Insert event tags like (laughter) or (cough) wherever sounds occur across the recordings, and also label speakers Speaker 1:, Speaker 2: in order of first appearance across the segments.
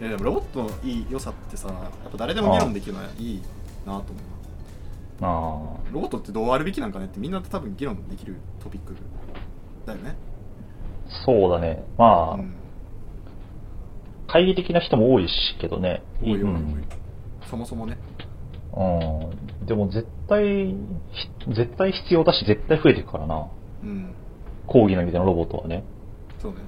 Speaker 1: いやでもロボットのいい良さってさやっぱ誰でも議論できるのはいいなと思う
Speaker 2: あ
Speaker 1: ロボットってどうあるべきなんかねってみんなと多分議論できるトピックだよね
Speaker 2: あ、そうだね。まあ、
Speaker 1: うん
Speaker 2: 懐疑的な人も多いしけどね。
Speaker 1: 多いよ、
Speaker 2: う
Speaker 1: 多い
Speaker 2: ん
Speaker 1: そもそもね
Speaker 2: うん。でも絶対、ひ絶対必要だし、絶対増えていくからな。
Speaker 1: うん
Speaker 2: 講義の意味でのロボットはね。
Speaker 1: そうね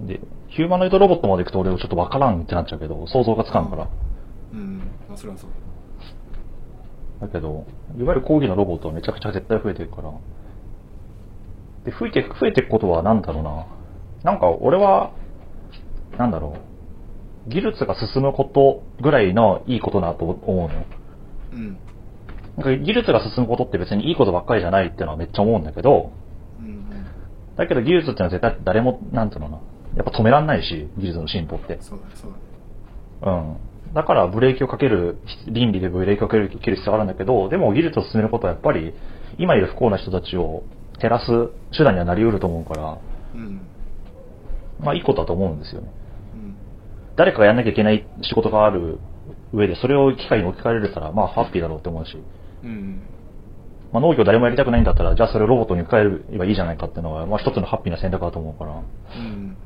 Speaker 1: うん
Speaker 2: で、ヒューマノイドロボットまで行くと俺ちょっとわからんってなっちゃうけど、想像がつかんから。
Speaker 1: うんまあそれはそう
Speaker 2: だけど、いわゆる講義のロボットはめちゃくちゃ絶対増えていくから。で、増えていく、増えていくことはなんだろうな。なんか俺は、なんだろう。技術が進むことぐらいのいいことだと思うのよ。
Speaker 1: うん
Speaker 2: なんか技術が進むことって別にいいことばっかりじゃないっていうのはめっちゃ思うんだけど、
Speaker 1: うん
Speaker 2: だけど技術ってのは絶対誰も、なんていうのかな。やっぱ止めらんないし、技術の進歩って
Speaker 1: うん。そうだねそうだね
Speaker 2: うん。だからブレーキをかける、倫理でブレーキをかける切る必要があるんだけど、でも技術を進めることはやっぱり、今いる不幸な人たちを減らす手段にはなり得ると思うから、
Speaker 1: うん
Speaker 2: まあいいことだと思うんですよね。
Speaker 1: うん
Speaker 2: 誰かがやんなきゃいけない仕事がある上で、それを機械に置き換えられたら、まあハッピーだろうって思うし、
Speaker 1: うん
Speaker 2: まあ農業誰もやりたくないんだったら、じゃあそれをロボットに置き換えればいいじゃないかっていうのは、まあ一つのハッピーな選択だと思うから、
Speaker 1: うん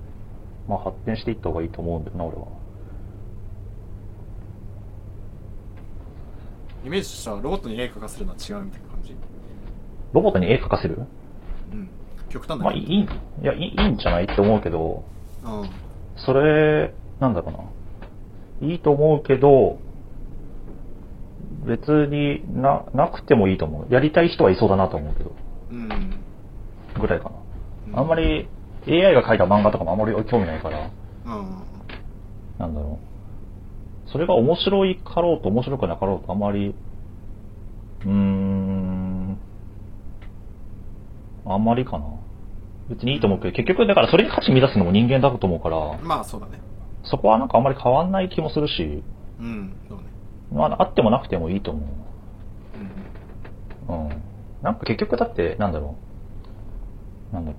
Speaker 2: まあ発展していった方がいいと思うんだよな、俺は。
Speaker 1: イメージしたロボットに絵描かせるのは違うみたいな感じ
Speaker 2: ロボットに絵描かせる
Speaker 1: うん極端だね
Speaker 2: まあいい、いや、いいいいんじゃないって思うけど、
Speaker 1: うん
Speaker 2: それ、なんだろうな。いいと思うけど、別にな、なくてもいいと思う。やりたい人はいそうだなと思うけど、
Speaker 1: うん
Speaker 2: ぐらいか
Speaker 1: う
Speaker 2: な。あんまり AI が書いた漫画とかもあんまり興味ないから、
Speaker 1: うん
Speaker 2: なんだろう。それが面白いかろうと面白くなかろうとあんまり、うーん、あんまりかな。別にいいと思うけど、結局だからそれに価値見出すのも人間だと思うから、
Speaker 1: まあそうだね
Speaker 2: そこはなんかあんまり変わんない気もするし、
Speaker 1: うんそうね
Speaker 2: まあ、あってもなくてもいいと思
Speaker 1: うん
Speaker 2: う。うん。なんか結局だって、なんだろう。なんだろ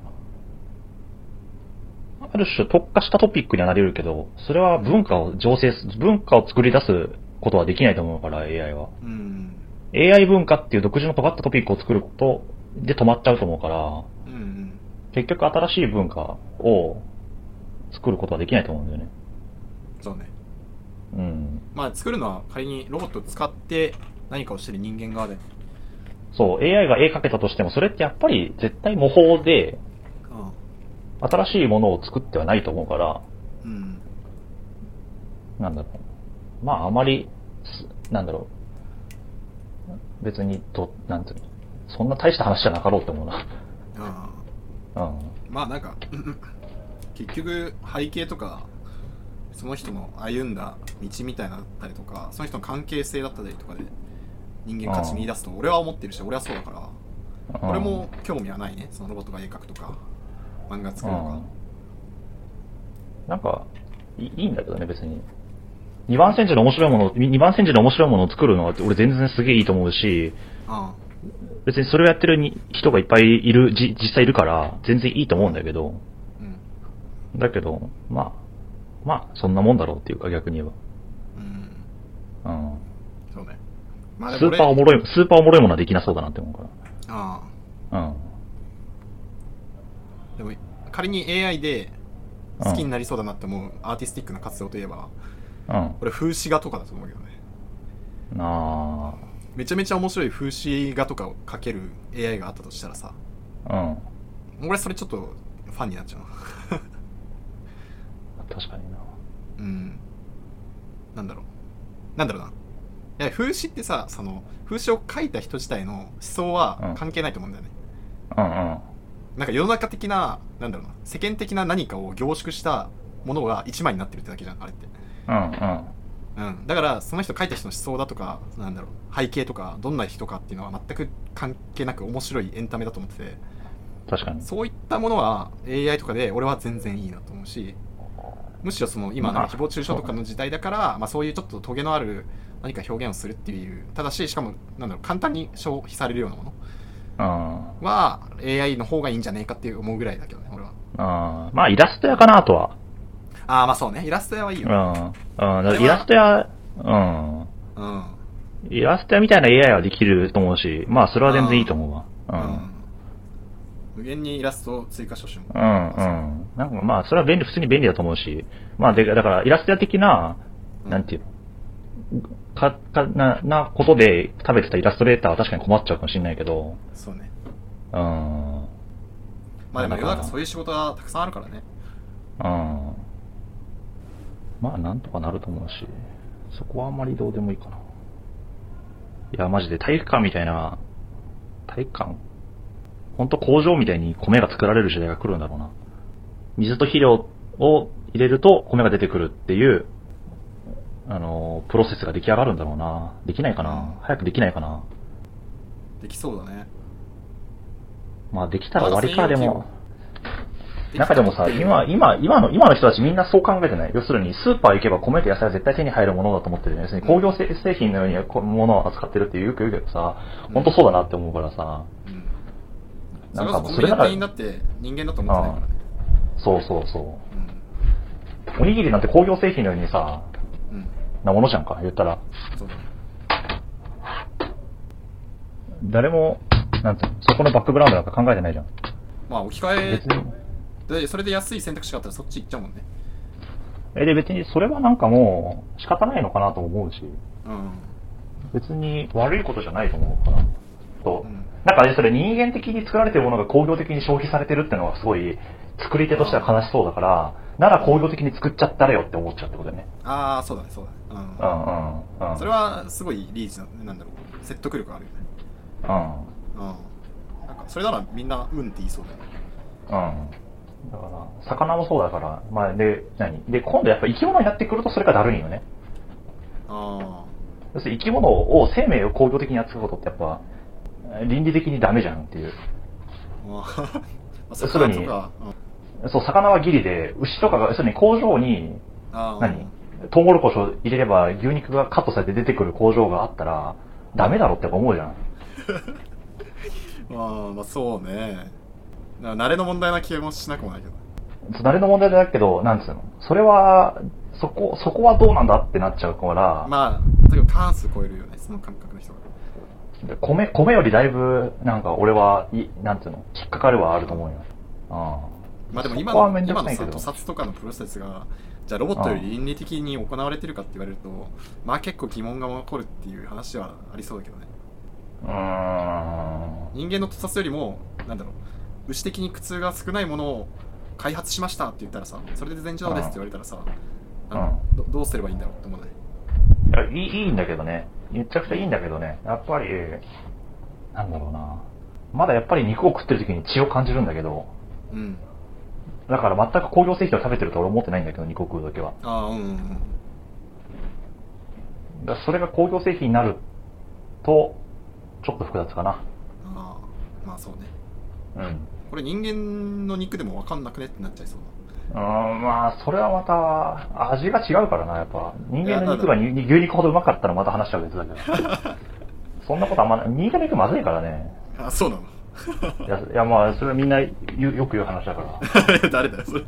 Speaker 2: うな。ある種特化したトピックにはなれるけど、それは文化を醸成す、文化を作り出すことはできないと思うから、AI は。
Speaker 1: うん。
Speaker 2: AI 文化っていう独自の尖ったトピックを作ることで止まっちゃうと思うから、
Speaker 1: うん。
Speaker 2: 結局新しい文化を作ることはできないと思うんだよね。
Speaker 1: そうね。
Speaker 2: うん。
Speaker 1: まあ、作るのは仮にロボットを使って何かをしてる人間側で。
Speaker 2: そう、AI が絵描けたとしても、それってやっぱり絶対模倣で、新しいものを作ってはないと思うから、
Speaker 1: うん。うん。
Speaker 2: なんだろう。まあ、あまり、すなんだろう。別に、と、なんていうの。そんな大した話じゃなかろうって思うな。
Speaker 1: あ
Speaker 2: うん。
Speaker 1: まあ、なんか、結局、背景とか、その人の歩んだ道みたいなだったりとか、その人の関係性だったりとかで、人間価値見出すと、俺は思ってるし、俺はそうだから、
Speaker 2: うん
Speaker 1: 俺も、興味はないね。そのロボットが絵描くとか、漫画
Speaker 2: う
Speaker 1: 作るとか
Speaker 2: ん。。なんかい、いいんだけどね、別に。2番センチの面白いものを、2番センチの面白いものを作るのは、俺全然すげえいいと思うし、
Speaker 1: あ
Speaker 2: 別にそれをやってるに人がいっぱいいる、じ実際いるから、全然いいと思うんだけど、
Speaker 1: うん。うん。
Speaker 2: だけど、まあ、まあ、そんなもんだろうっていうか、逆に言え
Speaker 1: うん。
Speaker 2: ば。うん。
Speaker 1: そうね。まあ、
Speaker 2: ス
Speaker 1: でも
Speaker 2: ーパーお
Speaker 1: 俺、
Speaker 2: もろい、スーパーおもろいものはできなそうだなって思うか
Speaker 1: ああ。
Speaker 2: ら。うん。
Speaker 1: でも仮に AI で
Speaker 2: うん
Speaker 1: 好きになりそうだなって思うアーティスティックな活動といえば、
Speaker 2: うん。
Speaker 1: 俺風刺画とかだと思うけどね
Speaker 2: な
Speaker 1: めちゃめちゃ面白い風刺画とかを描ける AI があったとしたらさ
Speaker 2: あ。うん。
Speaker 1: 俺それちょっとファンになっちゃうな
Speaker 2: 確かにな。
Speaker 1: うんなんだろうなんだろうないや風刺ってさその風刺を描いた人自体の思想
Speaker 2: う
Speaker 1: は
Speaker 2: ん
Speaker 1: 関係ないと思うんだよね、
Speaker 2: うんうん。
Speaker 1: なんか世の中的ななんだろうな世間的な何かを凝縮したものが一枚になってるってだけじゃんあれって
Speaker 2: うんうん。
Speaker 1: うん、だからその人書いた人の思想だとかなんだろう背景とかどんな人かっていうのは全く関係なく面白いエンタメだと思ってて
Speaker 2: 確かに。
Speaker 1: そういったものは AI とかで俺は全然いいなと思うしむしろその今
Speaker 2: まあ
Speaker 1: の誹謗中傷とかの時代だから、まあ、そういうちょっとトゲのある何か表現をするっていうただししかもなんだろう簡単に消費されるようなもの
Speaker 2: うん。
Speaker 1: は AI の方がいいんじゃねえかって思うぐらいだけどね俺は
Speaker 2: あーまあ、イラスト屋かなとは。
Speaker 1: ああ、まあそうね。イラスト屋はいいよ。
Speaker 2: うん。うん。だからイラストや、うん。
Speaker 1: うん。
Speaker 2: イラストやみたいな AI はできると思うし、まあそれは全然いいと思うわ。う
Speaker 1: うん
Speaker 2: ん。。
Speaker 1: 無限にイラストを追加してほしいもん。
Speaker 2: うん、うん。なんかまあそれは便利、普通に便利だと思うし、まあで、だからイラストや的な、
Speaker 1: うん
Speaker 2: なんていうの、か、か、な、なことで食べてたイラストレーターは確かに困っちゃうかもしれないけど、
Speaker 1: そうね。
Speaker 2: うん。
Speaker 1: まあでも世の
Speaker 2: な
Speaker 1: 中
Speaker 2: んだかな
Speaker 1: そういう仕事がたくさんあるからね。
Speaker 2: うん。まあ、なんとかなると思うし、そこはあんまりどうでもいいかな。いや、マジで体育館みたいな、体育館ほんと工場みたいに米が作られる時代が来るんだろうな。水と肥料を入れると米が出てくるっていう、あの、プロセスが出来上がるんだろうな。できないかな早くできないかな
Speaker 1: できそうだね。
Speaker 2: まあ、できたら終わりか、
Speaker 1: ま
Speaker 2: で
Speaker 1: だ専用
Speaker 2: も。中でもさ、
Speaker 1: できた
Speaker 2: 今、今、今の、今の人たちみんなそう考えてない。要するに、スーパー行けば米と野菜は絶対手に入るものだと思ってるよね。要するに工業製製品のようにこものを扱ってるってよく言うけどさ、
Speaker 1: うん
Speaker 2: 本当そうだなって思うからさ、
Speaker 1: うん。そ
Speaker 2: なん
Speaker 1: れ
Speaker 2: か
Speaker 1: こそ
Speaker 2: もう
Speaker 1: コン
Speaker 2: そ
Speaker 1: ビ
Speaker 2: れ
Speaker 1: ニ
Speaker 2: な
Speaker 1: の
Speaker 2: ら
Speaker 1: 店員だって人間だと思ってないからね。
Speaker 2: そうそうそう。おにぎりなんて工業製品のようにさ、
Speaker 1: うん。うん。
Speaker 2: なものじゃんか、言ったら。
Speaker 1: そうだね。
Speaker 2: 誰も、なんていうのそこのバックグラウンドなんか考えてないじゃん。
Speaker 1: まあ置き換
Speaker 2: 別に。
Speaker 1: え、で、それで安い選択肢があったらそっち行っちゃうもんね。
Speaker 2: え、で別に、それはなんかもう、仕方ないのかなと思うし。
Speaker 1: うん。
Speaker 2: 別に悪いことじゃないと思うから。そ
Speaker 1: う
Speaker 2: う
Speaker 1: ん
Speaker 2: なんかね、それ人間的に作られてるものが工業的に消費されてるってのはすごい作り手としては悲しそうだから、なら工業的に作っちゃったらよって思っちゃうってことだよね。
Speaker 1: ああ、そうだね、そうだね。
Speaker 2: うんうんう。
Speaker 1: うんん。それはすごいリーチな、なんだろう。説得力あるよね。
Speaker 2: は。
Speaker 1: うん。なんか、それならみんな、うんって言いそうだよね。
Speaker 2: うん。うん。だから、魚もそうだから、まあで、何で、今度やっぱ生き物になってくるとそれがだるいんよね。
Speaker 1: あ (laughs)
Speaker 2: 要するに生き物を、生命を工業的に扱うことってやっぱ、倫理的にダメじゃんっていう。
Speaker 1: あ。まあ、
Speaker 2: す
Speaker 1: そ
Speaker 2: る
Speaker 1: こら
Speaker 2: に
Speaker 1: とか、うん。
Speaker 2: そう、魚はギリで、牛とかが、要するに工場に
Speaker 1: ああ。
Speaker 2: 何トウモロコシを入れれば牛肉がカットされて出てくる工場があったら、ダメだろって思うじゃん。
Speaker 1: まあ、まあ、そうね。な慣れの問題な気もしなくもないけど。
Speaker 2: そう誰の問題じゃないけど、なんつうのそれは、そこ、そこはどうなんだってなっちゃうから、
Speaker 1: まあ、だけど過半数超えるよね、その感覚の人が。
Speaker 2: 米、米よりだいぶ、なんか俺は、いなんつうの引っかかるはあると思うよ。うん。
Speaker 1: まあでも今
Speaker 2: そこは
Speaker 1: の
Speaker 2: めんど
Speaker 1: 今
Speaker 2: くさ
Speaker 1: の
Speaker 2: い
Speaker 1: さ、屠。
Speaker 2: けど
Speaker 1: 殺とかのプロセスが、じゃあロボットより倫理的に行われてるかって言われると、まあ結構疑問が残るっていう話はありそうだけどね。
Speaker 2: うーん。
Speaker 1: 人間の屠殺よりも、なんだろう、牛的に苦痛が少ないものを開発しましたって言ったらさ、それで全自動ですって言われたらさ、
Speaker 2: うん
Speaker 1: あのどどうすればいいんだろうって思わない。
Speaker 2: いや、いい、いいんだけどね。めちゃくちゃいいんだけどね。やっぱり、なんだろうな。まだやっぱり肉を食ってる時に血を感じるんだけど、
Speaker 1: うん。
Speaker 2: だから全く工業製品を食べてるとは俺思ってないんだけど、肉を食う時は。
Speaker 1: ああ、うんうんうん。
Speaker 2: だからそれが工業製品になると、ちょっと複雑かな。
Speaker 1: ああ、まあそうね。
Speaker 2: うん。
Speaker 1: これ人間の肉でも分かんなくねってなっちゃいそう
Speaker 2: うーん、まあ、それはまた、味が違うからな、やっぱ。人間の肉が
Speaker 1: い
Speaker 2: に牛肉ほどうまかったらまた話は別だ (laughs) けど。そんなことあんまない。人間の肉まずいからね。
Speaker 1: だ。あ、そうなの (laughs)
Speaker 2: いや、いやまあ、それはみんな言うよく言う話だから。
Speaker 1: 誰だよ、それ。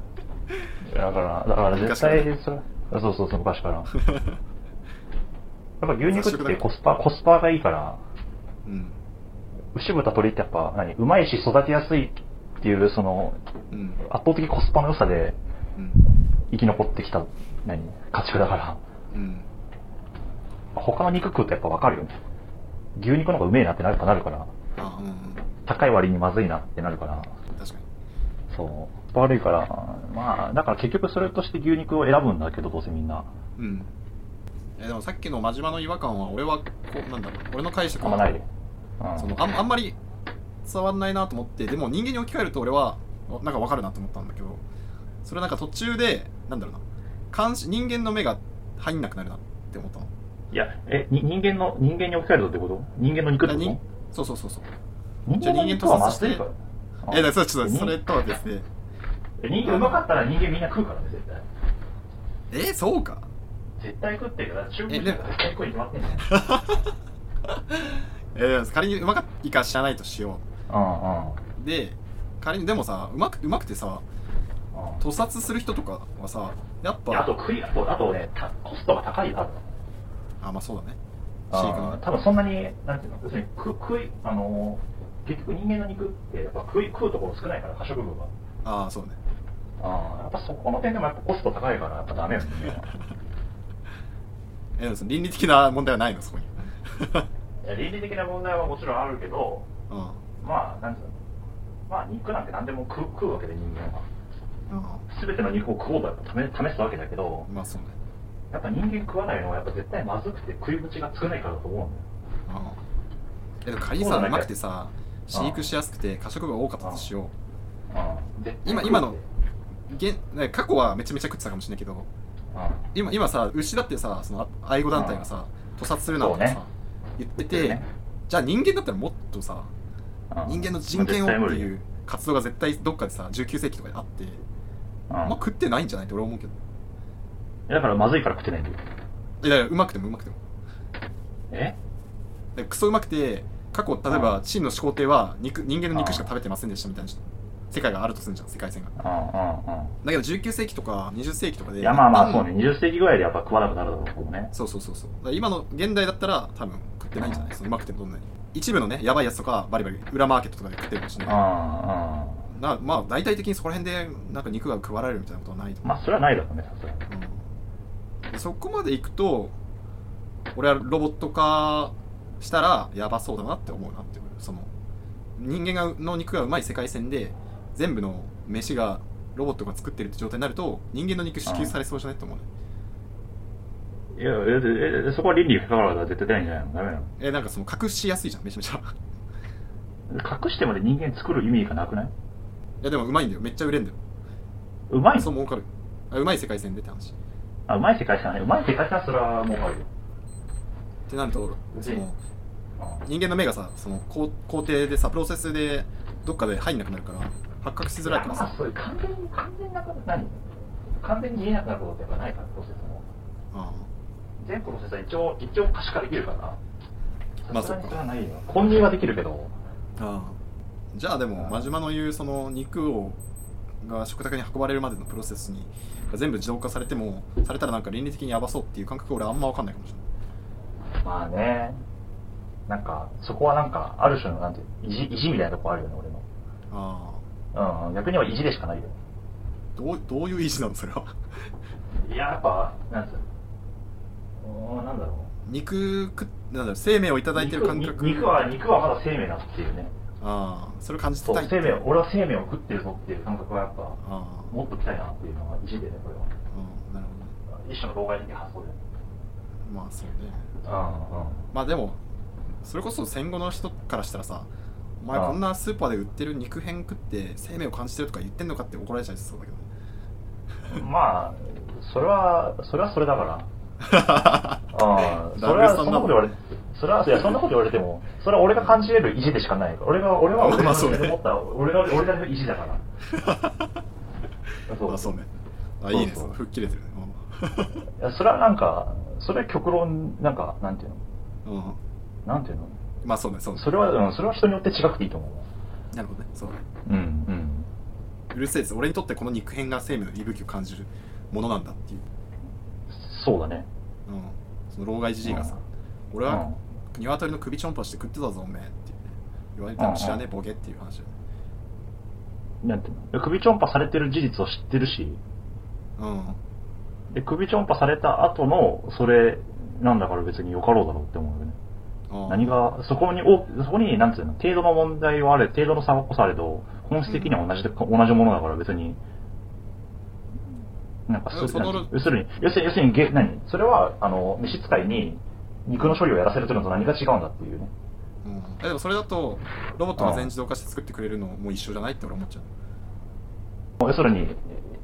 Speaker 2: だから、だから絶対、
Speaker 1: 昔
Speaker 2: それそうそうそう、昔 (laughs) から。やっぱ牛
Speaker 1: 雑
Speaker 2: 肉っ
Speaker 1: 食
Speaker 2: て
Speaker 1: だ
Speaker 2: コスパ、コスパがいいから、
Speaker 1: うん。
Speaker 2: 牛豚鳥ってやっぱ、何、うまいし育てやすいっていう、その、
Speaker 1: うん。
Speaker 2: 圧倒的コスパの良さで
Speaker 1: うん。
Speaker 2: 生き残ってきた、何、家畜だから。
Speaker 1: うん。
Speaker 2: 他の肉食うとやっぱわかるよね。牛肉の方がうめえなってなるかなるから、
Speaker 1: あ、うん、うん。
Speaker 2: 高い割にまずいなってなるから、
Speaker 1: 確かに。
Speaker 2: そう。悪いから、まあ、だから結局それとして牛肉を選ぶんだけど、どうせみんな。
Speaker 1: うん。え、でもさっきの真島の違和感は、俺は、こう、なんだろう、俺の解釈
Speaker 2: あん
Speaker 1: は
Speaker 2: まないで。うん
Speaker 1: そのあん、あんまり伝わんないなと思って、でも人間に置き換えると俺は、なんかわかるなと思ったんだけど、それなんか途中で、なんだろうな、監視、人間の目が入んなくなるなって思ったの。
Speaker 2: いや、え、に人間の、人間に置き換えるとってこと人間の肉ってこと
Speaker 1: にそうそうそうそう。
Speaker 2: 人間の肉はまずいから。
Speaker 1: え、だからそうう、
Speaker 2: ん
Speaker 1: それとは別で。
Speaker 2: え人間うまかったら人間みんな食うからね、絶対。
Speaker 1: え、そうか。
Speaker 2: 絶対食ってるから、中国
Speaker 1: え
Speaker 2: 人
Speaker 1: で
Speaker 2: が絶対食うに決まってんね。
Speaker 1: えー仮にうまかいか知らないとしよ
Speaker 2: うんうん。
Speaker 1: う。で、仮に、でもさ、うまく、うまくてさ、
Speaker 2: うん
Speaker 1: 屠殺する人とかはさやっ
Speaker 2: であ
Speaker 1: ぱ
Speaker 2: と、クリアと、あとね、たコストが高いよ、多分。
Speaker 1: あまあそうだね飼育の
Speaker 2: あー多分そんなに、なんていうの、要するに食食い、あのー結局人間の肉ってやっぱ食い食うところ少ないから、可食部が。
Speaker 1: ああそうね
Speaker 2: ああ、やっぱそこの点でもやっぱコスト高いから、やっぱダメ (laughs) よね。
Speaker 1: えでもその倫理的な問題はないのそこに (laughs)
Speaker 2: いや倫理的な問題はもちろんあるけど、
Speaker 1: うんうん
Speaker 2: まあ、なんつうの、まあ、肉なんて何でも食う食うわけで、人間は。すべての肉を食おうとやっぱ試試すわけだけど、
Speaker 1: まあそうね
Speaker 2: やっぱ人間食わないのはやっぱ絶対まずくて食い口が少ないからだと思うんだよ。
Speaker 1: うんえでもカリーさんうまくてさ飼育しやすくて過食が多かったとしよう
Speaker 2: ああ絶対
Speaker 1: 今
Speaker 2: 食う
Speaker 1: 今の
Speaker 2: って
Speaker 1: 現ね過去はめちゃめちゃ食ってたかもしれないけど
Speaker 2: ああ
Speaker 1: 今今さ牛だってさそのあ愛護団体がさ屠殺するなとかさ、
Speaker 2: そうね
Speaker 1: 言って
Speaker 2: 言って
Speaker 1: て、
Speaker 2: るね
Speaker 1: じゃあ人間だったらもっとさ
Speaker 2: ああ
Speaker 1: 人間の人権をって
Speaker 2: 絶対無
Speaker 1: い
Speaker 2: 理
Speaker 1: う活動が絶対どっかでさ19世紀とかであって
Speaker 2: あ
Speaker 1: あ
Speaker 2: あ
Speaker 1: んま食ってないんじゃないって俺は思うけど
Speaker 2: だからまずいから食ってないんだよ。
Speaker 1: いやいやうまくてもうまくても
Speaker 2: え
Speaker 1: でクソうまくて過去例えば秦の始皇帝は肉人間の肉しか食べてませんでしたみたいな世界があるとするじゃん世界線が
Speaker 2: あああああ
Speaker 1: だけど19世紀とか20世紀とか
Speaker 2: あ
Speaker 1: で
Speaker 2: いやまあまあ
Speaker 1: 一
Speaker 2: そ
Speaker 1: 旦
Speaker 2: うね、20世紀ぐらいでやっぱ食わなくなるだろうけどね。
Speaker 1: そうそうそうそうだから今の現代だったら多分食ってないんじゃないそのうまくてもどんなに一部のねやばいやつとかバリバリ裏マーケットとかで食ってるかもしれない
Speaker 2: ああ、
Speaker 1: けどなまあ大体的にそこら辺でなんか肉が食われるみたいなことはないと
Speaker 2: うん。
Speaker 1: 思う
Speaker 2: まあそれはないだろうね、さすがに。
Speaker 1: うんでそこまでいくと俺はロボット化したらやばそうだなって思うなっていうその人間がの肉がうまい世界線で全部の飯がロボットが作ってるって状態になると人間の肉支給されそうじゃないって思うね
Speaker 2: いや、え、えそこは倫理に関わるから絶対出ないんじゃないのダメなの
Speaker 1: えなんかその隠しやすいじゃんめちゃ (laughs) めちゃ
Speaker 2: 隠してまで人間作る意味がなくない
Speaker 1: いやでもうまいんだよめっちゃ売れんだよ
Speaker 2: うまいの
Speaker 1: そう儲かるあうまい世界線でって話っ
Speaker 2: あ、うまい世界線はね、うまい世界線はそれはもうあるよ。
Speaker 1: てなると
Speaker 2: うん
Speaker 1: その
Speaker 2: あ
Speaker 1: 人間の目がさその工工程でさプロセスでどっかで入んなくなるから発覚しづらいから
Speaker 2: ま
Speaker 1: さ
Speaker 2: あ、そういう完全に、完全なこと、何完全に見えなくなることってやっぱないから、プロセスも。
Speaker 1: う
Speaker 2: 全プロセスは一応、一応可視化できるから。
Speaker 1: まあ
Speaker 2: さすがにそれはないよ。混入はできるけど。
Speaker 1: んあーじゃあでも真島の言うその肉をが食卓に運ばれるまでのプロセスに全部自動化されてもされたらなんか倫理的にやばそうっていう感覚俺あんま分かんないかもしれない
Speaker 2: まあね。なんか、そこはなんか、ある種の、なんていう、意地、意地みたいなとこあるよね、俺の。
Speaker 1: あ
Speaker 2: うん、逆には意地でしかないよ。
Speaker 1: ーどうどういう意思なのそれは (laughs)
Speaker 2: いや、やっぱ、なんつうのうーん、なんだろう。
Speaker 1: 肉食っなんだろう生命をいただいてる感覚
Speaker 2: 肉肉は、肉はまだ生命だっていうね。
Speaker 1: ああそれを感じて
Speaker 2: そう
Speaker 1: たい、ってい
Speaker 2: 生
Speaker 1: う
Speaker 2: 命を、俺は生命を食ってるぞっていう感覚はやっぱ、
Speaker 1: ああ
Speaker 2: 持っときたいなっていうのが意地でね、これは。
Speaker 1: うんなるほどね
Speaker 2: 一種の老害的発想で。
Speaker 1: まあそうね
Speaker 2: うん、うん。
Speaker 1: まあでもそれこそ戦後の人からしたらさお前
Speaker 2: ああ
Speaker 1: こんなスーパーで売ってる肉片食って生命を感じてるとか言ってんのかって怒られちゃいそうだけど
Speaker 2: (laughs)
Speaker 1: ね
Speaker 2: まあ、それは、それはそれだから。ああ、それ
Speaker 1: ダブルス
Speaker 2: は
Speaker 1: タ
Speaker 2: そ
Speaker 1: ンダード
Speaker 2: んなこと言われて、それは、いや、そんなこと言われても、それは俺が感じれる意地でしかないから。俺が、俺は、俺
Speaker 1: まあ
Speaker 2: が
Speaker 1: そうね
Speaker 2: 持った、俺が、俺なりの意地だから。
Speaker 1: あそうねあ
Speaker 2: そうそう
Speaker 1: いいねその吹っ切れてるね
Speaker 2: いやそれはなんか、それは極論、なんか、なんていうの
Speaker 1: うん、うん
Speaker 2: なんていうの
Speaker 1: まあそうねそうね
Speaker 2: それは、うん、それは人によって違くていいと思
Speaker 1: なるほどねそうね
Speaker 2: う。うん、うん。
Speaker 1: うるせえです俺にとってこの肉片が生命の息吹を感じるものなんだっていう、
Speaker 2: そうだね。
Speaker 1: うん、その老害じじいがさ、俺
Speaker 2: う
Speaker 1: は
Speaker 2: ん
Speaker 1: 鶏の首ちょんぱして食ってたぞおめえって言われたら知らねえボケっていう話だよね
Speaker 2: なんていうの首ちょんぱされてる事実を知ってるし、
Speaker 1: うん
Speaker 2: で、首ちょんぱされた後の、それ、なんだから別によかろうだろうって思うよね。
Speaker 1: うん
Speaker 2: 何が、そこに、おそこに、なんていうの、程度の問題はあれ、程度の差はこそあれど、本質的には同じで、同じものだから別に、なんか
Speaker 1: うんその
Speaker 2: なんて要するに、要するに、要するに、げ何それは、あの、召使いに、肉の処理をやらせるというのと何が違うんだっていうね。
Speaker 1: うん、えでもそれだとロボットが全自動化して作ってくれるのも一緒じゃないって俺思っちゃう
Speaker 2: 要するに、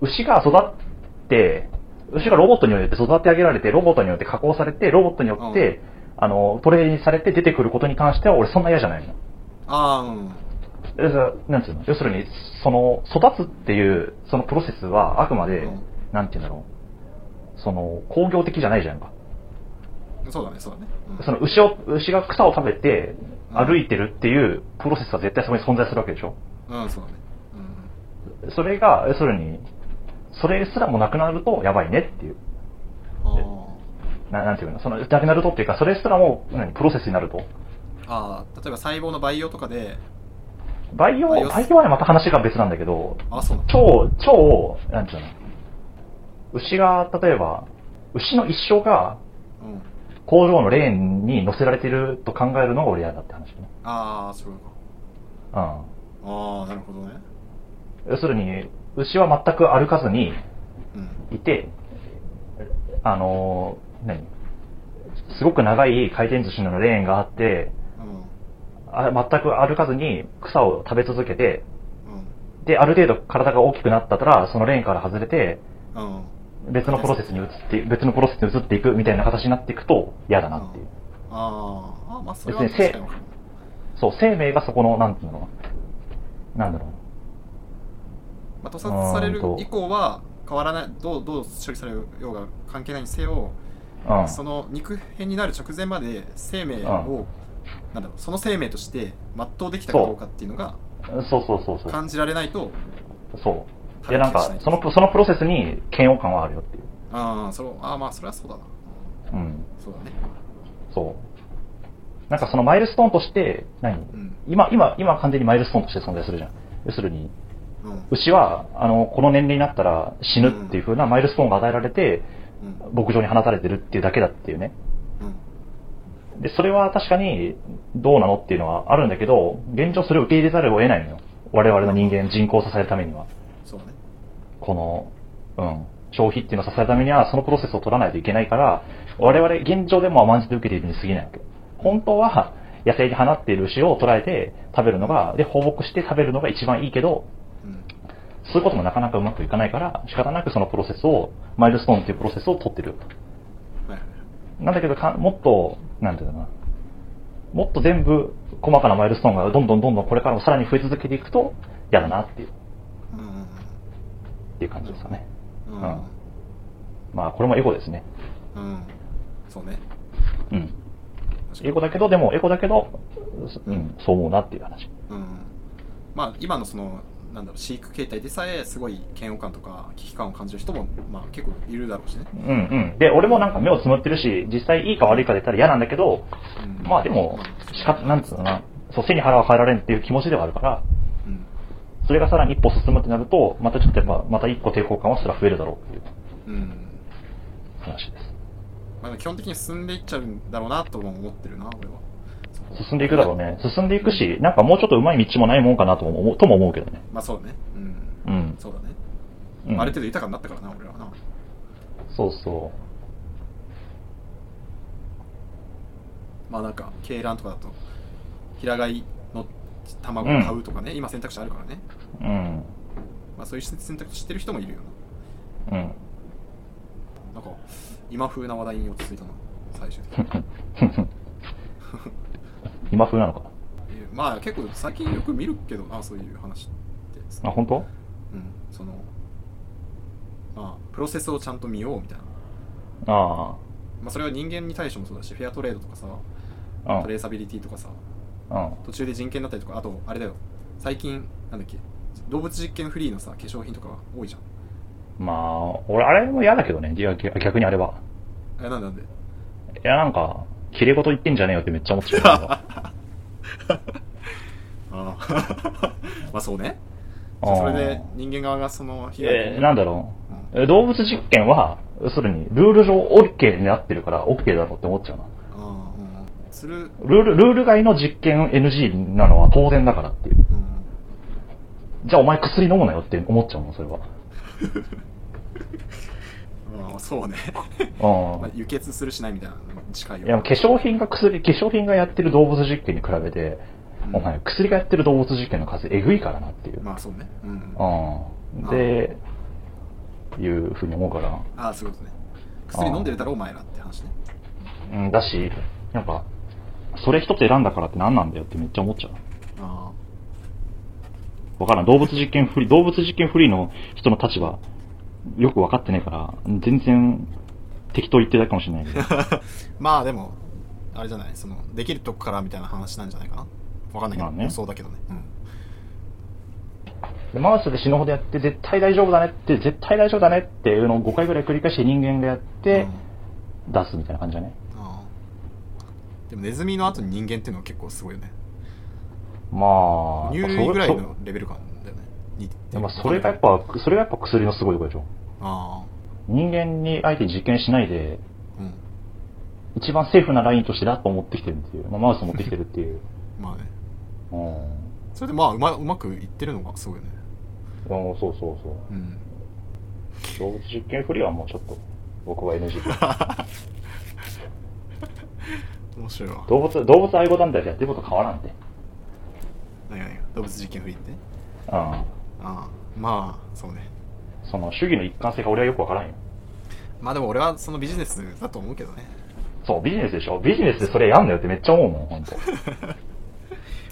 Speaker 2: 牛が育って、牛がロボットによって育て上げられて、ロボットによって加工されて、ロボットによって、あの、トレーにされて出てくることに関しては、俺そんな嫌じゃないの。
Speaker 1: ああうん
Speaker 2: 要するになんつうの要するに、その、育つっていう、そのプロセスは、あくまで、
Speaker 1: うん
Speaker 2: なんていうんだろう、その、工業的じゃないじゃんか。
Speaker 1: そうだねそうだね、うん
Speaker 2: その、牛を、牛が草を食べて、
Speaker 1: うん
Speaker 2: 歩いてるっていうプロセスは絶対そこに存在するわけでしょ
Speaker 1: うんそうだね
Speaker 2: それが、要するに、それすらもなくなるとやばいねっていう。
Speaker 1: あ
Speaker 2: ななんていうのその、なくなるとっていうか、それすらも、何、プロセスになると。
Speaker 1: あー例えば細胞の培養とかで
Speaker 2: 培養、
Speaker 1: 培養
Speaker 2: 培養はねまた話が別なんだけど、
Speaker 1: あそうなんだ
Speaker 2: 超、超、なんていうの牛が、例えば、牛の一生が
Speaker 1: うん
Speaker 2: 工場のレーンに乗せられてると考えるのが俺嫌だって話ね。
Speaker 1: ああそういうのか
Speaker 2: うん。
Speaker 1: ああなるほどね
Speaker 2: 要するに、牛は全く歩かずに
Speaker 1: うん
Speaker 2: いて、あの、何すごく長い回転寿司のレーンがあって、
Speaker 1: うん
Speaker 2: あ全く歩かずに草を食べ続けて、
Speaker 1: う
Speaker 2: で、ある程度体が大きくなったら、そのレーンから外れて、
Speaker 1: んうん
Speaker 2: 別のプロセスに移って、別のプロセスに移っていくみたいな形になっていくと嫌だなっていう。
Speaker 1: あーあまあそれは
Speaker 2: 別にせ
Speaker 1: 確かにわかる
Speaker 2: そう、生命がそこの、なんていうのなんだろう。
Speaker 1: まあ、屠殺される
Speaker 2: うーんと
Speaker 1: 以降は変わらないどうどう処理されようが関係ないにせよ、
Speaker 2: うん。
Speaker 1: その肉片になる直前まで生命を、なんだろうその生命として全うできたかどうかっていうのが
Speaker 2: そうそうそうそう。
Speaker 1: 感じられないと
Speaker 2: そう。
Speaker 1: 判決
Speaker 2: で、なん
Speaker 1: しな
Speaker 2: か
Speaker 1: い、
Speaker 2: その、そのプロセスに嫌悪感はあるよっていう。
Speaker 1: ああそれああまあそれはそうだな
Speaker 2: うん。
Speaker 1: そうだね
Speaker 2: そう。なんかそのマイルストーンとして、何
Speaker 1: うん
Speaker 2: 今、今、今完全にマイルストーンとして存在するじゃん。要するに、
Speaker 1: うん
Speaker 2: 牛は、あの、この年齢になったら死ぬっていう風なマイルストーンが与えられて、
Speaker 1: うん
Speaker 2: 牧場に放たれてるっていうだけだっていうね。
Speaker 1: うん
Speaker 2: で、それは確かにどうなのっていうのはあるんだけど、現状それを受け入れざるを得ないのよ。我々の人間、人口を支えるためには。
Speaker 1: そうだね
Speaker 2: この、うん、消費っていうのを支えるためには、そのプロセスを取らないといけないから、我々現状でも甘んじて受けているに過ぎないわけ。本当は、野生に放っている牛を捉えて食べるのが、で、放牧して食べるのが一番いいけど、
Speaker 1: うん
Speaker 2: そういうこともなかなかうまくいかないから、仕方なくそのプロセスを、マイルストーンっていうプロセスを取ってると。
Speaker 1: はいはいはい
Speaker 2: なんだけどか、もっと、なんていうのかな。もっと全部、細かなマイルストーンがどんどんどんどんこれからもさらに増え続けていくと、嫌だなっていう、
Speaker 1: うんうん
Speaker 2: っていう感じですかね。
Speaker 1: うん
Speaker 2: うんまあ、これもエゴですね。
Speaker 1: うんうんそうね
Speaker 2: うん。
Speaker 1: 確か
Speaker 2: エ
Speaker 1: に
Speaker 2: ゴだけど、でも、エゴだけど、うん、そう思うなっていう話。
Speaker 1: うんまあ今のそのなんだろう飼育形態でさえすごい嫌悪感とか危機感を感じる人もまあ結構いるだろうしね、
Speaker 2: うんうん。で、俺もなんか目をつむってるし、実際いいか悪いかで言ったら嫌なんだけど、
Speaker 1: うん
Speaker 2: まあでも、しか、なんつうのかな、そう、背に腹は変えられんっていう気持ちではあるから、
Speaker 1: うん
Speaker 2: それがさらに一歩進むってなると、またちょっとやっぱ、また一個抵抗感はすら増えるだろうっていう
Speaker 1: うん
Speaker 2: 話です。
Speaker 1: まあ、基本的に進んでいっちゃうんだろうなとも思ってるな俺はそこ
Speaker 2: 進んでいくだろうね。進んでいくし、なんかもうちょっと上手い道もないもんかなとも思うとも思うけどね。
Speaker 1: まあそうだねうん、
Speaker 2: うん。
Speaker 1: そうだね、
Speaker 2: うん、
Speaker 1: ある程度豊かになったからな俺らはな
Speaker 2: そうそ
Speaker 1: まあなんか鶏卵とかだと平飼いの卵を買うとかね、今選択肢あるからね、
Speaker 2: う。うん。
Speaker 1: まあ、そういう選択肢してる人もいるよ
Speaker 2: うん。 (laughs)
Speaker 1: ななんか今風な話題に落ち着いたな最終的に
Speaker 2: 今風なのかな
Speaker 1: えまあ結構最近よく見るけどなそういう話って
Speaker 2: あ、本当
Speaker 1: うんそのまあプロセスをちゃんと見ようみたいな
Speaker 2: あ
Speaker 1: まあ、それは人間に対してもそうだし、フェアトレードとかさ、
Speaker 2: あ。
Speaker 1: トレーサビリティとかさ、
Speaker 2: うん。うん。
Speaker 1: 途中で人権だったりとか、あと、あれだよ、最近、なんだっけ、動物実験フリーのさ、化粧品とか多いじゃん。
Speaker 2: まあ、俺、あれも嫌だけどね。いや逆逆にあれは。
Speaker 1: え、なんでなんで。
Speaker 2: いや、なんか、綺麗事言ってんじゃねえよってめっちゃ思
Speaker 1: (laughs)
Speaker 2: っちゃうけど
Speaker 1: ああ (laughs) まあそうね。じゃあそれで人間側がその被害
Speaker 2: えーなんだ
Speaker 1: ろ
Speaker 2: ろう。動物実験は、要するに、ルール上 OK になってるから OK だろうって思っちゃうな。
Speaker 1: うん。ああうんする、
Speaker 2: ルール、ルール外の実験 NG なのは当然だからっていう。
Speaker 1: うん。
Speaker 2: じゃあお前薬飲むなよって思っちゃうもん、それは。
Speaker 1: ああ
Speaker 2: (laughs)
Speaker 1: そうね。まあ
Speaker 2: う
Speaker 1: 輸血するしないみたいなのに近い
Speaker 2: ん。
Speaker 1: よ。
Speaker 2: いや、化粧品が薬、化粧品がやってる動物実験に比べて、
Speaker 1: うん
Speaker 2: お前薬がやってる動物実験の数えぐいからなっていう。
Speaker 1: まあそうね。うん。あ
Speaker 2: うん。で、いうふうに思うから。
Speaker 1: あ、そういうことね。薬飲んでるだろ、お前らって話ね。
Speaker 2: うん、だし、なんか、それ一つ選んだからって何なんだよってめっちゃ思っちゃう。
Speaker 1: あ
Speaker 2: わからん。動物実験フリー、動物実験フリーの人の立場、よく分かってないから、全然適当言ってたかもしれないけど。
Speaker 1: あまあでもあれじゃないそのできるとこからみたいな話なんじゃないかなわかんないけど、
Speaker 2: まあね
Speaker 1: そうだけどね、うん
Speaker 2: でマウスで死ぬほどやって、絶対大丈夫だねって、絶対大丈夫だねっていうのを5回ぐらい繰り返して人間がやって、出すみたいな感じだね。
Speaker 1: うんあーでもネズミの後に人間っていうのは結構すごいよね
Speaker 2: まあ、
Speaker 1: 乳類ぐらいのレベル感だよねに
Speaker 2: でもそれがやっぱ、それがやっぱ薬のすごいところでしょ。
Speaker 1: あ
Speaker 2: 人間に相手に実験しないで、
Speaker 1: あうん
Speaker 2: 一番セーフなラインとしてラットを持ってきてるっていう、まあ、マウスを持ってきてるって (laughs) いう。
Speaker 1: まあね
Speaker 2: うん。
Speaker 1: それでまあうまうまくいってるのがすごいよね
Speaker 2: あのそうそうそ
Speaker 1: う
Speaker 2: う。
Speaker 1: ん
Speaker 2: 動物実験フリーはもうちょっと、僕は NG。
Speaker 1: 面白いわ
Speaker 2: 動物、動物愛護団体でやってること変わらんで。
Speaker 1: 何が何が動物実験フリーって
Speaker 2: うん。
Speaker 1: ああまあそうね
Speaker 2: その主義の一貫性が俺はよくわからんよ。
Speaker 1: まあでも俺はそのビジネスだと思うけどね
Speaker 2: そう、ビジネスでしょビジネスでそれやんなよってめっちゃ思うもん、ほんと。
Speaker 1: ま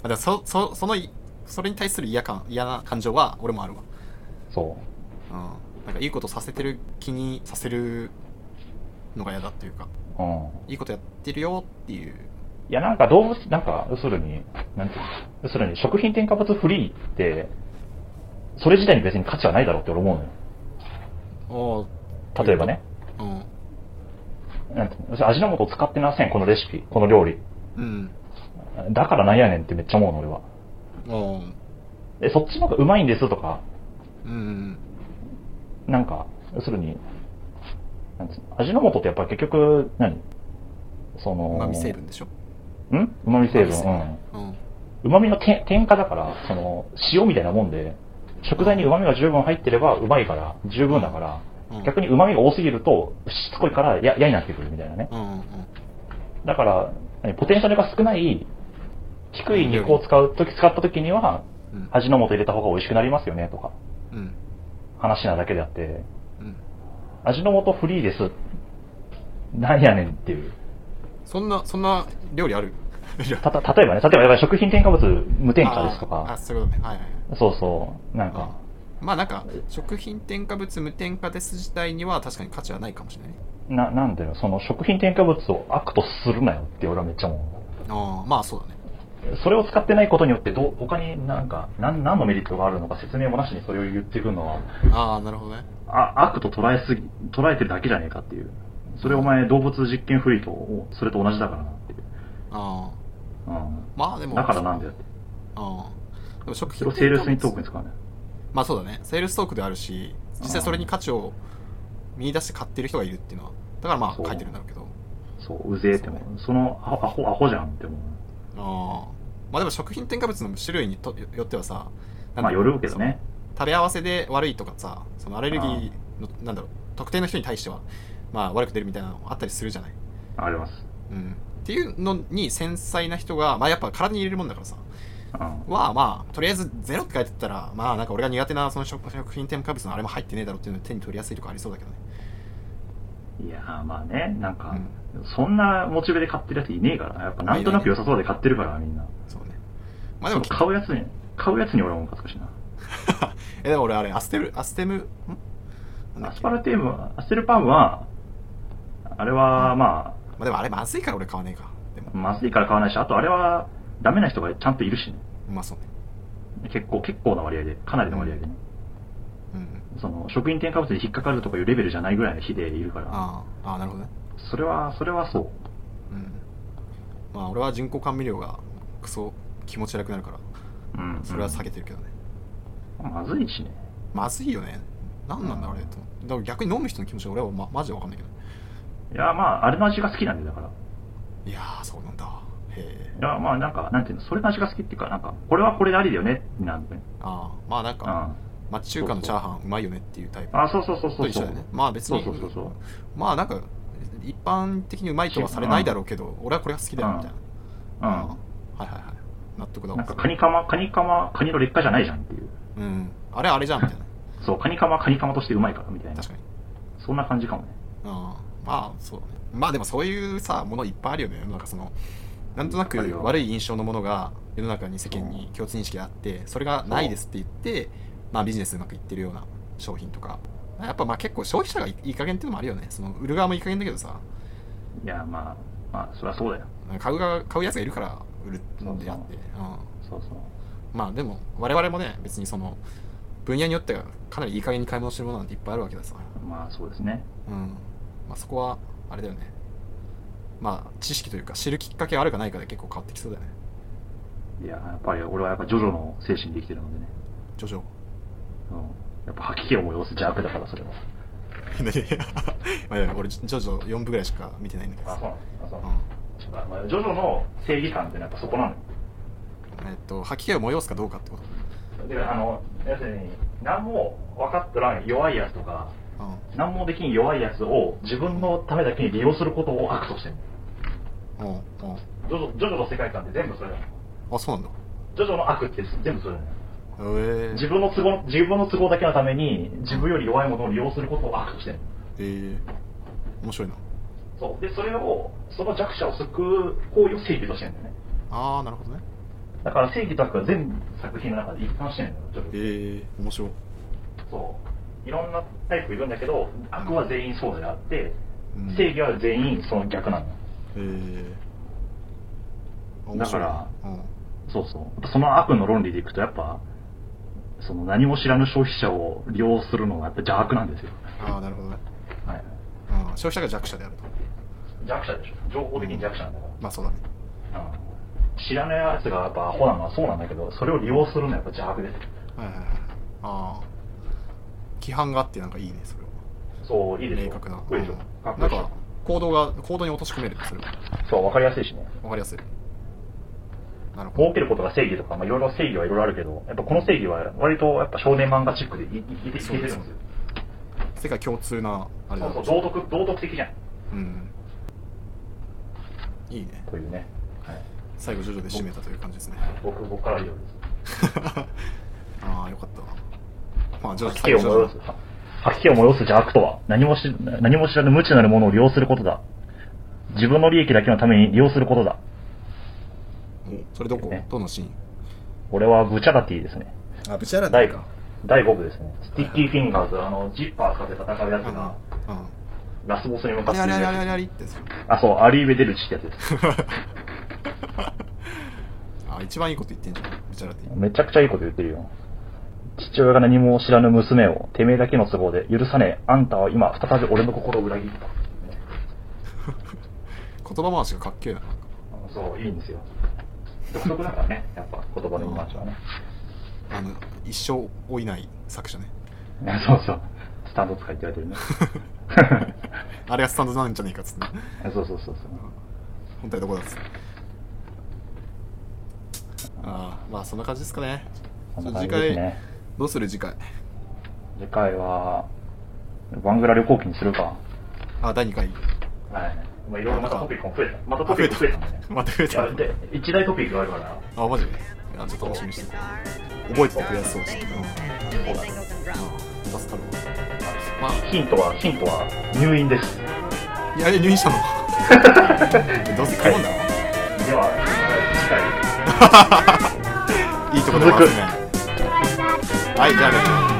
Speaker 1: あでもそそそのいそれに対する嫌感嫌な感情は俺もあるわ
Speaker 2: そ
Speaker 1: うんなんかいいことさせてる気にさせるのが嫌だっていうか
Speaker 2: う。うん。
Speaker 1: いいことやってるよっていう
Speaker 2: いや、なんか動物、なんか、要するに、なんていうの要するに、食品添加物フリーって、それ自体に別に価値はないだろうって俺思うのよ。
Speaker 1: お
Speaker 2: 例えばね、
Speaker 1: うん
Speaker 2: なんていうの要するに味の素を使ってません、このレシピ、この料理。
Speaker 1: うん
Speaker 2: だからなんやねんってめっちゃ思うの、俺は。
Speaker 1: お
Speaker 2: え、そっちの方がうまいんですとか、
Speaker 1: うん
Speaker 2: なんか、要するに、なんていうの味の素ってやっぱり結局、何その、
Speaker 1: うまみ成分でしょ
Speaker 2: んうまみ成分。
Speaker 1: う
Speaker 2: うん。
Speaker 1: うん
Speaker 2: うまみのて添加だから、その、塩みたいなもんで、食材にうまみが十分入ってればうまいから、十分だから、
Speaker 1: うん
Speaker 2: 逆にうまみが多すぎると、しつこいからや嫌になってくるみたいなね。
Speaker 1: うんうん
Speaker 2: だから、何ポテンシャルが少ない、低い肉を使うとき、使った時には、
Speaker 1: うん
Speaker 2: 味の素入れた方が美味しくなりますよね、とか、
Speaker 1: うん
Speaker 2: 話なだけであって、
Speaker 1: うん
Speaker 2: 味の素フリーです。なんやねんっていう。
Speaker 1: そんなそんな料理
Speaker 2: (laughs)
Speaker 1: ある
Speaker 2: たた、例えばね、例えばやっぱり食品添加物無添加ですと
Speaker 1: あーあ
Speaker 2: か、
Speaker 1: そういうことねはいはいはい
Speaker 2: そうそう、なんか、
Speaker 1: まあなんか食品添加物無添加です自体には確かに価値はないかもしれない
Speaker 2: な、なんだよ、その食品添加物を悪とするなよって俺はめっちゃ思
Speaker 1: ああまあそうだね
Speaker 2: う。それを使ってないことによってどう、他になんか、なん、何のメリットがあるのか説明もなしにそれを言ってくるのは、
Speaker 1: ああなるほどね
Speaker 2: あ、悪と捉えすぎ、捉えてるだけじゃねえかっていう。それお前動物実験不利と、それと同じだからなっていう。
Speaker 1: ああ
Speaker 2: う
Speaker 1: まあで
Speaker 2: ん。
Speaker 1: も
Speaker 2: だからなんだよって。
Speaker 1: ああでも食品
Speaker 2: それをセールスにトークに使うね。
Speaker 1: まあそうだねセールストークであるし実際それに価値を見出して買ってる人がいるっていうのはだからま
Speaker 2: そ
Speaker 1: あ
Speaker 2: う
Speaker 1: 書いてるんだろうけど
Speaker 2: そう、うぜえって思う。その、アホ、アホアホじゃんって思う。
Speaker 1: ああまあでも食品添加物の種類にとよってはさなんだろう
Speaker 2: まあ、よるけどね。
Speaker 1: 食べ合わせで悪いとかさそのアレルギーのなんだろう特定の人に対しては、まあ、悪く出るみたいなのあったりするじゃない、
Speaker 2: あります。
Speaker 1: うん、っていうのに繊細な人が、まあ、やっぱ体に入れるもんだからさ
Speaker 2: うん。
Speaker 1: はまあとりあえずゼロって書いてたらまあなんか俺が苦手なその食食品添加物のあれも入ってねえだろうっていうので手に取りやすいとかありそうだけどね
Speaker 2: いやーまあね、なんか、そんなモチベで買ってるやついねえから、やっぱなんとなく良さそうで買ってるから、みんな。
Speaker 1: そうねまあでも
Speaker 2: その買うやつに、買うやつに俺もムカつくしな。
Speaker 1: えでも俺あれアステムアステムんなんだっ
Speaker 2: ア
Speaker 1: け
Speaker 2: スパラテームは、アステルパームは、あれは、ま
Speaker 1: まあでもあれまずいから俺買わねえかでも
Speaker 2: あ、まずいから買わないし、あとあれは、ダメな人がちゃんといるしね。
Speaker 1: うまそうね
Speaker 2: 結構、結構な割合で、かなりの割合でね。
Speaker 1: うん
Speaker 2: その、食品添加物に引っかかるとかいうレベルじゃないぐらいの比でいるから、
Speaker 1: ああああなるほどね
Speaker 2: それは、それはそう。
Speaker 1: うんまあ俺は人工甘味料がクソ気持ち悪くなるから
Speaker 2: うん、
Speaker 1: それは避けてるけどね、
Speaker 2: まずいしね。
Speaker 1: まずいよね何なんだあれとだから逆に飲む人の気持ちは俺は、ま、マジで分かんないけど
Speaker 2: いや、まあ、あれの味が好きなんで、だから。
Speaker 1: いやーそうなんだへえ
Speaker 2: いや、まあなんか、なんていうの、それの味が好きっていうか、なんか、これはこれでありだよね、なんだね。
Speaker 1: ああまあなん
Speaker 2: う
Speaker 1: か、
Speaker 2: ん。
Speaker 1: 町中華のチャーハンうまいよねっていうタイプ
Speaker 2: あ、そうそうそうそ
Speaker 1: と
Speaker 2: う
Speaker 1: 一
Speaker 2: そ
Speaker 1: 緒
Speaker 2: う。
Speaker 1: だよねまあ別
Speaker 2: そう
Speaker 1: に
Speaker 2: そうそうそう。
Speaker 1: まあなんか一般的にうまいとはされないだろうけど俺はこれが好きだよみたいな
Speaker 2: うん。
Speaker 1: ああはいはいはい納得だわ
Speaker 2: なんか、カニカマ、カニカマ、カニの劣化じゃないじゃんっていう。
Speaker 1: うんあれあれじゃんみたいな
Speaker 2: そう、カニカマ、カニカマとしてうまいから、みたいな。
Speaker 1: 確かに
Speaker 2: そんな感じかもね。
Speaker 1: ああまあそうだねまあでもそういうさものいっぱいあるよねなんかそのなんとなく
Speaker 2: あるよ
Speaker 1: 悪い印象のものが世の中に世間に共通認識があってそれがないですって言ってまあビジネスうまくいってるような商品とかやっぱまあ結構消費者がいい加減っていうのもあるよねその売る側もいい加減だけどさ
Speaker 2: いや、まあ、まあ、そりゃそうだよ。
Speaker 1: 買う側買うやつがいるから売るんであって
Speaker 2: そうそう。
Speaker 1: うんまあでも我々もね別にその分野によってはかなりいい加減に買い物してるものなんていっぱいあるわけださ。
Speaker 2: まあそうですね。
Speaker 1: うん。まあそこは、あれだよね。まあ知識というか知るきっかけがあるかないかで結構変わってきそうだよね。
Speaker 2: いや、やっぱり俺はやっぱジョジョの精神で生きてるのでね。
Speaker 1: ジョジョ。
Speaker 2: うん。やっぱ吐き気を催す邪悪だから、それは。
Speaker 1: (laughs) まあいや俺、ジョジョ4部ぐらいしか見てないんだけど
Speaker 2: あ、
Speaker 1: さ
Speaker 2: そうなんですあ、そううんなんですまあまあジョジョの正義感ってのはやっぱそこなのよ。
Speaker 1: えっと、吐き気を催すかどうかってこと。
Speaker 2: だからあの、要するに、何も分かっとらん弱いやつとか、
Speaker 1: うん。
Speaker 2: 何もできん弱いやつを自分のためだけに利用することを悪としてる
Speaker 1: うんうん
Speaker 2: ジョジョジョジョの世界観って全部それだよ
Speaker 1: あそうなんだ
Speaker 2: ジョジョの悪って全部それだよ
Speaker 1: へえ
Speaker 2: 自分の都合自分の都合だけのために自分より弱いものを利用することを悪としてる
Speaker 1: えー、面白いな
Speaker 2: そうでそれをその弱者を救う行為を正義としてるんだよね
Speaker 1: ああなるほどね
Speaker 2: だから正義と悪は全作品の中で一貫してるんだよジョジョ
Speaker 1: ええー、面白い
Speaker 2: そういろんなタイプいるんだけど悪は全員そうであって、
Speaker 1: うん
Speaker 2: 正義は全員その逆なんだ
Speaker 1: えー、あ
Speaker 2: だから
Speaker 1: 面
Speaker 2: そうそう。やっぱその悪の論理でいくと、やっぱ、その何も知らぬ消費者を利用するのがやっぱ邪悪なんですよ。
Speaker 1: 白いうん、ああなるほどね、
Speaker 2: はい。
Speaker 1: うん、消費者が弱者であると
Speaker 2: 弱者でしょ。情報的に弱者なんだか
Speaker 1: まあそうだね
Speaker 2: ら。うん知らない奴がやっぱアホなのはそうなんだけど、それを利用するのはやっぱ邪悪です。
Speaker 1: はいはいはいああ規範があってなんかいいねそれは
Speaker 2: そう、いいでしょ。
Speaker 1: 明確な、
Speaker 2: かっこ
Speaker 1: う
Speaker 2: いい
Speaker 1: ん、
Speaker 2: でしょ。
Speaker 1: な
Speaker 2: かっ
Speaker 1: ん
Speaker 2: こいいでしょ
Speaker 1: か行動が行動に落とし込めるねそれは
Speaker 2: そう、わかりやすいしね。
Speaker 1: わかりやすいなるほ
Speaker 2: 儲
Speaker 1: ど
Speaker 2: けることが正義とか、まあ、いろいろ正義はいろいろあるけど、やっぱこの正義は割とやっぱ少年漫画チックでいいいいいけてるんですよ。
Speaker 1: 世界共通なあれだ
Speaker 2: そう
Speaker 1: ね
Speaker 2: そう、道徳、道徳的じゃん。
Speaker 1: うんいいね
Speaker 2: というね。はい。
Speaker 1: 最後ジョジョで締めたという感じですね
Speaker 2: 僕、僕からは以上です。
Speaker 1: (laughs) ああよかったまあジョジ
Speaker 2: 吐き気を
Speaker 1: ョジョ
Speaker 2: 催す。吐き気を催す邪悪とは、何もし、何も知らぬ無知なるものを利用することだ。自分の利益だけのために利用することだ。
Speaker 1: それどこ、
Speaker 2: ね
Speaker 1: どのシー
Speaker 2: 俺はブチャラティですね。
Speaker 1: ンあブチャラ
Speaker 2: 第第5部ですね。スティッキーフィンガーズ、あの、ジッパー使って戦うやつ
Speaker 1: うん
Speaker 2: が、
Speaker 1: うん
Speaker 2: ラスボスに向
Speaker 1: あ
Speaker 2: かって
Speaker 1: れあれあれあれあれ
Speaker 2: や
Speaker 1: あれってやつ
Speaker 2: つあ、そう、アリーベデルチってやつです。
Speaker 1: あ一番いいこと言ってんじゃんブチャラティ
Speaker 2: めちゃくちゃいいこと言ってるよ。父親が何も知らぬ娘を、てめえだけの都合で許さねえ。あんたは今、再び俺の心を裏切った。
Speaker 1: 言葉回しがかっけえななんか
Speaker 2: そう、いいんですよ。独特だからね、やっぱ言葉の言い回しはね。
Speaker 1: あの一生老いない作者ね
Speaker 2: そうそう。スタンド使いって言われてるね。 (laughs)
Speaker 1: あれがスタンドなんじゃねえかっつってね
Speaker 2: そうそうそうそう。
Speaker 1: 本体どこだっつってああまあそんな感じですかね
Speaker 2: こんな感じですね。
Speaker 1: どうする次回
Speaker 2: 次回は、バングラ旅行記にするか。はい。
Speaker 1: あ第2回
Speaker 2: まあいろいろまたトピックも増えた。また
Speaker 1: あ
Speaker 2: トピック増えたんだね。
Speaker 1: また増え
Speaker 2: い
Speaker 1: た
Speaker 2: やで一大トピックがあるから、
Speaker 1: あマジでいやちょっと楽しみにしてる覚えてて増やそうし、うん、そうだねうん助かるわま
Speaker 2: ヒントは、ヒントは入院です。
Speaker 1: あいや入院したのどうせ来るんだろ
Speaker 2: では、次回。
Speaker 1: いいとこで回すねはいじゃあね